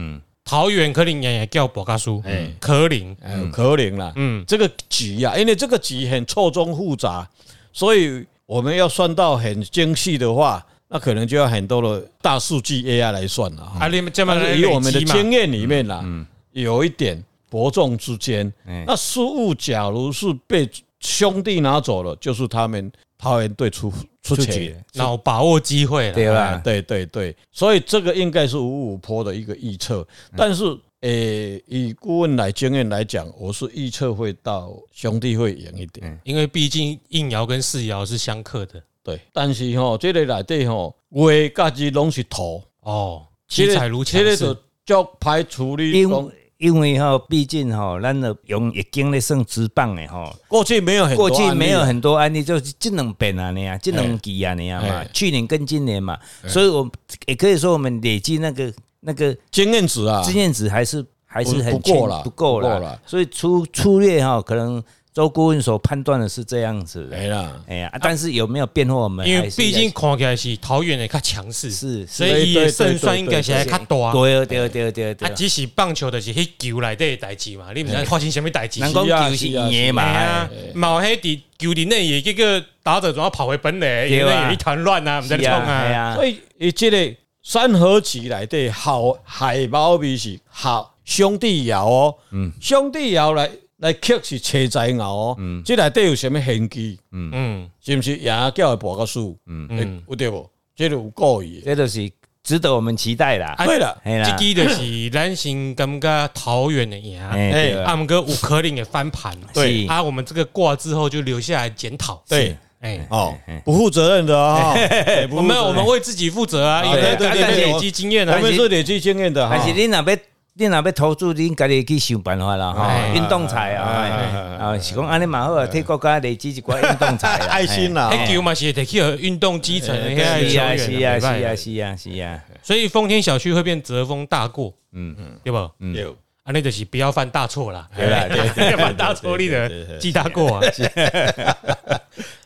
桃园可能也叫博加苏，可能，
哎，有可能啦，
嗯，
这个局啊，因为这个局很错综复杂，所以我们要算到很精细的话，那可能就要很多的大数据 AI 来算了哈。
啊，你们这么
但
来
哦是以我们的
累积嘛
经验里面啦，有一点伯仲之间
嗯。
那失误假如是被兄弟拿走了，就是他们桃园队出出
出
钱
局。
那我把握机会了。
对
啊，
吧？
对对对，所以这个应该是五五坡的一个预测，
嗯
但是诶、以顾问来经验来讲，我是预测会到兄弟会赢一点，
因为毕竟应爻跟四爻是相克的
对。但是吼，这个内底吼，月甲日拢是土，
哦，七彩如强
这个
势
就就排除你
因
讲
因为吼，毕竟吼，咱的用已经咧算直棒的吼，
过去没有很多啊
过去没有
案例
很多啊案例，就是这两遍啊那样，这两季啊那样嘛
哎，
去年跟今年嘛，所以我也可以说我们累积那个那个
经验值啊，
经验值还是还是很
不够
欠
啦
不够
不够
了
啦，
所以粗粗略哈，可能周顾问所判断的是这样子的
没。啦，
哎呀，啊但是有没有变化？我们
因为
还是
毕竟
要
看起来是桃园的较强势，
是
所
对
以伊
对
的
对
胜算
对
应该是还较大。
对对对对对
啊，，只是棒球就是迄球内底的代志嘛，你毋知发生什么代志。
人讲球是
是啊
赢的嘛，
哎呀，冇迄伫球林内也这个打者总要跑回本垒，
对
因
啊
为有一团乱啊，毋知
是
咧创
啊，哎
啊。
呀
所，以伊这个三合棋内底好海猫味是好兄弟爻哦，兄弟爻来来克是车仔爻哦，这内底有什么玄机？
嗯，
是不是赢叫会博个输？嗯，有对不？这个有故意的。
这就是值得我们期待啦。
啊
对了，
哎
这
啦，
支就是咱先感觉桃园的赢，
哎对啊
啊，毋过有可能会翻盘。
对
啊，我们这个挂之后就留下来检讨。
对，
哎，
哦，不负责任的啊，哎不
我
负责
们
任
我们为自己负责啊，
啊
因为
对对对
咱
对
累积经验
我
啊。
们是累积经验的哈
但。是你若要你若要投资，你家己去想办法啦。哈，
哎
运动彩啊，
哎
哎啊，是讲安尼嘛好啊，替国家累积一寡运动彩啊，
爱心
啦。
啦，
迄球嘛是得去和运动基层的那些
是
球
啊
员
是啊是啊
啊，
是啊是啊，
所以丰田小区会变折风大过，嗯嗯，对吧？
嗯对
啊，那就是不要犯大错啦，
对 啦对对
要犯大错你
对对对
的记大过 啊，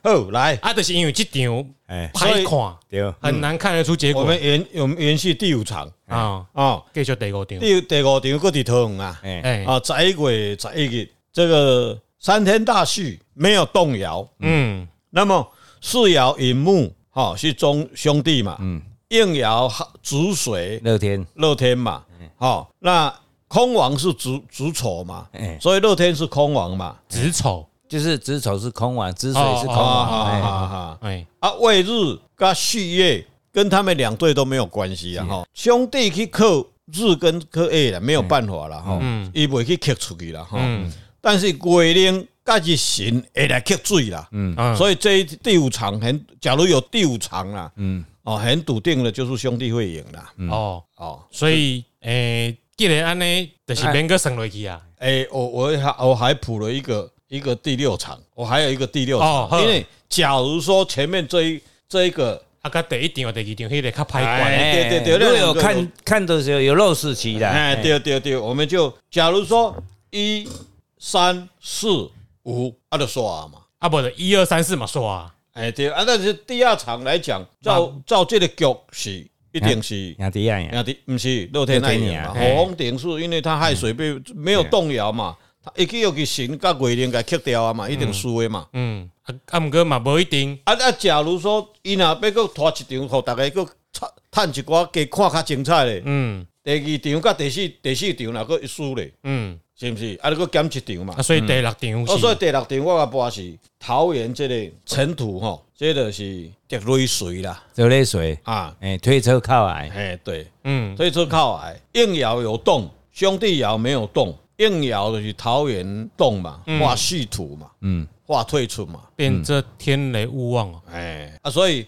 好，来，
啊，就是因为这场
哎，
歹看，
对，
很难看得出结
嗯
果
我们延我们延续第五场
啊，
啊，
继续第五场，
第第五场搁伫桃园啊。
哎，
哎，
啊，十一月十一日，这个三天大序没有动摇。
嗯，
那么四爻寅木，哈、是中兄弟嘛，嗯，应爻哈子水
乐天嗯
乐天嘛，好、那空王是子子丑嘛
哎，
所以乐天是空王嘛，
子丑，
就是子丑是空王，子水是空
啊啊
王，
啊
哎，
啊！
哎，
啊，卫日跟旭月跟他们两队都没有关系啊哈，兄弟去克日跟克 A 了，没有办法了哈，
嗯
伊袂去克出去了哈。
嗯
但是月亮甲日神会来克水啦，
嗯，以
所以这一第五场很，假如有第五场啦，
嗯，
哦，很笃定的就是兄弟会赢啦，
哦，
哦。
所以诶，既然安尼，
哎
就是免个省落去啊，
诶、我我还我还补了一个一个第六场，我还有一个第六
哦
场，
呵
因为假如说前面这一这一个，
啊，甲第一场、第二场迄个较歹
哎
管，
对对对
如果
那两
有
个
看看的时候有肉视期的，
哎，
哎
对对对，我们就假如说一三四五，啊，就刷嘛，
啊，无就一二三四嘛，说啊，
哎对啊，但是第二场来讲，照照这个局是一定是。
亚迪亚呀，
啊，不是乐天啊哎那一年嘛，
乐
火
天赢
风顶是因为他害水被没有动摇嘛，他一去又去神甲月亮给克掉啊嘛，一定输的嘛。
嗯，啊啊，毋过嘛无一定，
啊啊！假如说伊若要搁拖一场，互逐个搁趁一寡，加看较精彩咧。
嗯
第二场甲第四第四场若搁输咧，
嗯，
是毋是？啊，你搁减一场嘛
啊，。所以第六场
哦，所
是，
以第六场我甲播是桃园即个尘土吼，即个是滴泪水啦
走泪水，
啊，
哎，推车靠矮，
嘿对，
嗯
所以说靠矮应爻有动，兄弟爻没有动，应爻就是桃园动嘛，化系土嘛，嗯，化退出嘛，
变这天雷勿忘哦，
哎啊，所以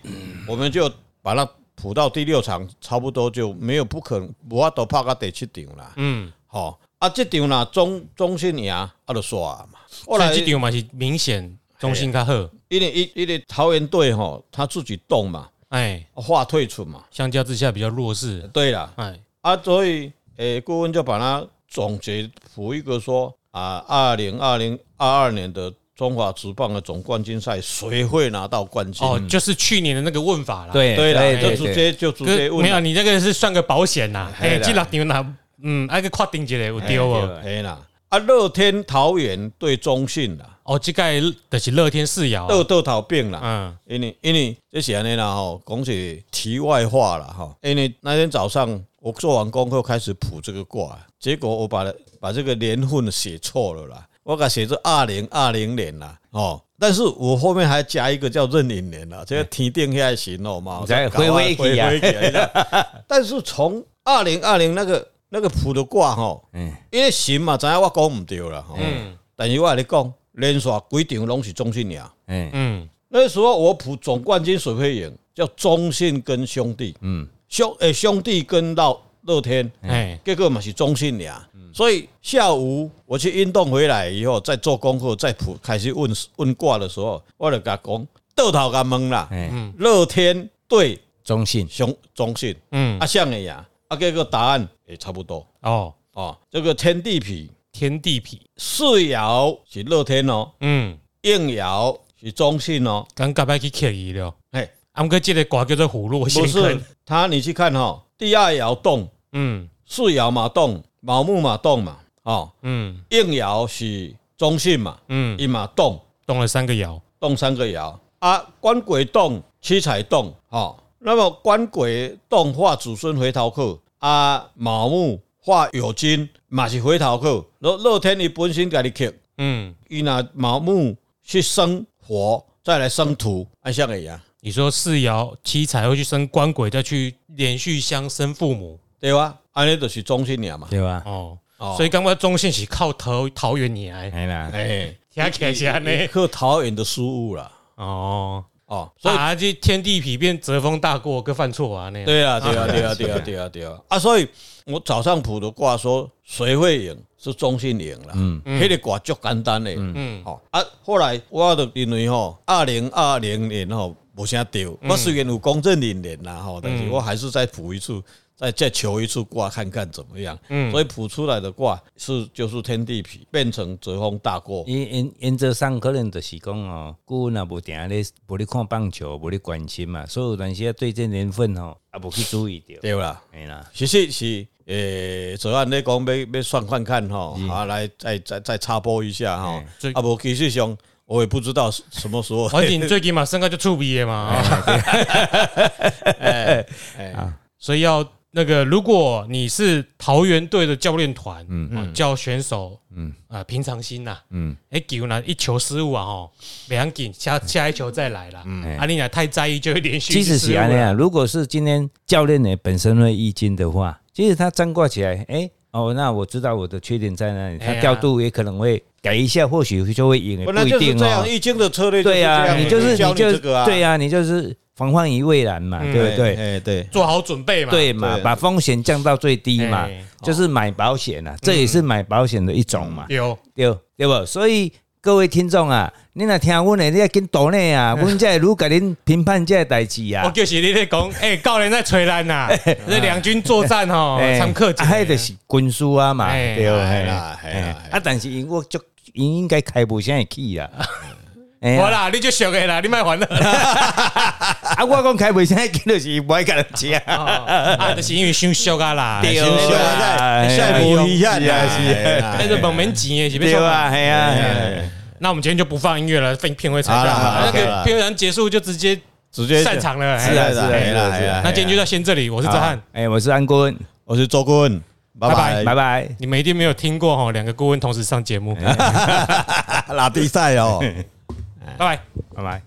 我们就把它补到第六场，差不多就没有不可能，无法度拍到第七场啦。
嗯，
吼、啊，这场啦，中中信赢，啊，就刷嘛。后
所
来
以这场嘛是明显中心较好，
因为一因为桃园队吼，他自己动嘛，
哎，
话退出嘛。
相较之下比较弱势，
对啦，
哎，
啊，所以诶，顾问就把它总结补一个说啊，二零二零二二年的中华职棒的总冠军赛，谁会拿到冠军？
哦，就是去年的那个问法啦，
对
对啦，
对
就
对
直
对，
接就直
可
接
是
问
没有，
啦，
你这个是算个保险呐。
嘿
哎，
啦
这六场呐，嗯，那个跨定一个有丢哦。
哎啦，啊，乐天桃园对中信啦，
哦，这个就是乐天四爻
豆
啊。
豆桃病啦，
嗯，
因为因为这是安尼啦吼，讲是题外话啦吼。因为那天早上我做完功课开始卜这个卦，结果我把把这个年份写错了啦，我给它写成二零二零年啦哦。但是我后面还加一个叫壬寅年啦，这个天定下行哦嘛，
再回味
回
去啊
味去啊。但是从二零二零那个那个卜的卦吼，
嗯
因为行嘛，知影我讲唔对啦，吼
嗯
但是我跟你讲，连续几场拢是中信赢。
哎，
嗯，
那时候我普总冠军水会赢，叫中信跟兄弟，
嗯，
兄诶、兄弟跟到乐天，
哎，
结果嘛是中信俩，所以下午我去运动回来以后，再做功课，再普开始问问卦的时候，我就甲讲倒头甲问啦，
哎，
乐天对
中信，
雄中信，
嗯
啊，，像会赢，啊，结果答案也差不多
哦，
哦，这个天地痞
天地痞。
四爻是乐天哦，
嗯，
应爻是中信哦，
刚刚要去刻意了。
嘿。
俺们哥这个卦叫做虎落
不
星
是
坑。
他，你去看哈、第二爻动，
嗯
四爻嘛动，卯木嘛动嘛，哦，
嗯
应爻是中性嘛，
嗯，
一嘛动，
动了三个爻。
动三个爻啊，官鬼动，七彩动，哦，那么官鬼动化祖孙回头客啊，卯木化酉金嘛是回头客，乐乐天伊本身家己克，
嗯，
伊若卯木去生火，再来生土，安啊像个样。
你说四爻七彩会去生官鬼，再去连续相生父母。
对吧？安尼就是中性了嘛。
对吧？
哦，
哦
所以刚刚中信是靠桃桃园你来，
哎啦，
哎，
听起来是安尼。
克桃园的失误啦。
哦，
哦，所
所以
以
啊，这天地痞变折风大过，各犯错啊那样。
对啊，对啊，对啊，对啊，对啊，对啊啊！所以我早上卜的卦说谁会赢是中信赢了，嗯，那个卦足简单嘞，嗯，哦啊，后来我就因为吼二零二零年吼无啥对，我虽然有公正零年啦吼，但是我还是再卜一次。再再求一次卦看看怎么样，嗯，所以卜出来的卦是就是天地痞变成折风大过，
因因因则上可能就是讲哦，顾问也无定咧，无咧看棒球，无咧关心嘛，所以有阵时啊对这年份吼，也无去注意着，
对啦。
哎啦，
其实是诶，昨晚咧讲要要算看看吼，
嗯
啊，来再再再插播一下吼
最，
哎
啊，无其实上我也不知道是什么时候，
环境最起 码身高就触鼻的嘛，啊所以要那个，如果你是桃园队的教练团，嗯，教选手，嗯，啊，平常心呐，嗯，哎，球呢一球失误啊，吼，不要紧，下下一球再来啦，啊，你俩太在意就会连续
其实
失
是
误
安尼
啦，
啊，如果是今天教练呢本身会易经的话，其实他占挂起来，哎、哦，那我知道我的缺点在哪里，
哎
他
呀
调度也可能会改一下，或许就会赢，
本
也不
来
一
就是
定
这
哦
样，。易经的策略就是
对
这
呀、
样，
你就是
教
你
你
就
这
是
个啊，
对呀、你就是防患于未然嘛，
嗯
对不对？
哎对，
做好准备嘛，
对嘛，
对
把风险降到最低嘛
哎，
就是买保险啊，这也是买保险的一种嘛，
有
对对不？所以各位听众啊，你若听阮的，你要跟岛内啊，阮在如甲恁评判这个代志
我
啊，
就是你在讲，哎，教练在吹咱呐，这两军作战吼，
哎
常客
啊，迄就是军师啊嘛，
哎
对
哎
嘿
啦哎
嘿
啦，
啊，但是因我就因应该开无啥会起啊，哎
我
呀，
啦，你就熟的啦，你卖烦恼啦，
啊，我讲开无啥会起，就是伊不爱甲人吃，
啊，就是因为伤熟啊啦，
对啊
哎晒博一下，是啊
哎
那个本门钱的是不
对
是？
吧？嘿啊，嘿啊
那我们今天就不放音乐了，片片尾彩
好
蛋
啦好
嘛，
啦
那
OK
个
啦
片尾彩蛋结束就直接
直接
散场了。
是啊
哎
是啊是啊
哎啦哎
是
啦
啊，
那今天就到先这里，我是泽汉，
哎，我是安国恩，
我是周顾问，拜
拜
拜拜。
你们一定没有听过哈，两个顾问同时上节目，
拜，拉比赛哦。
拜拜。
拜拜。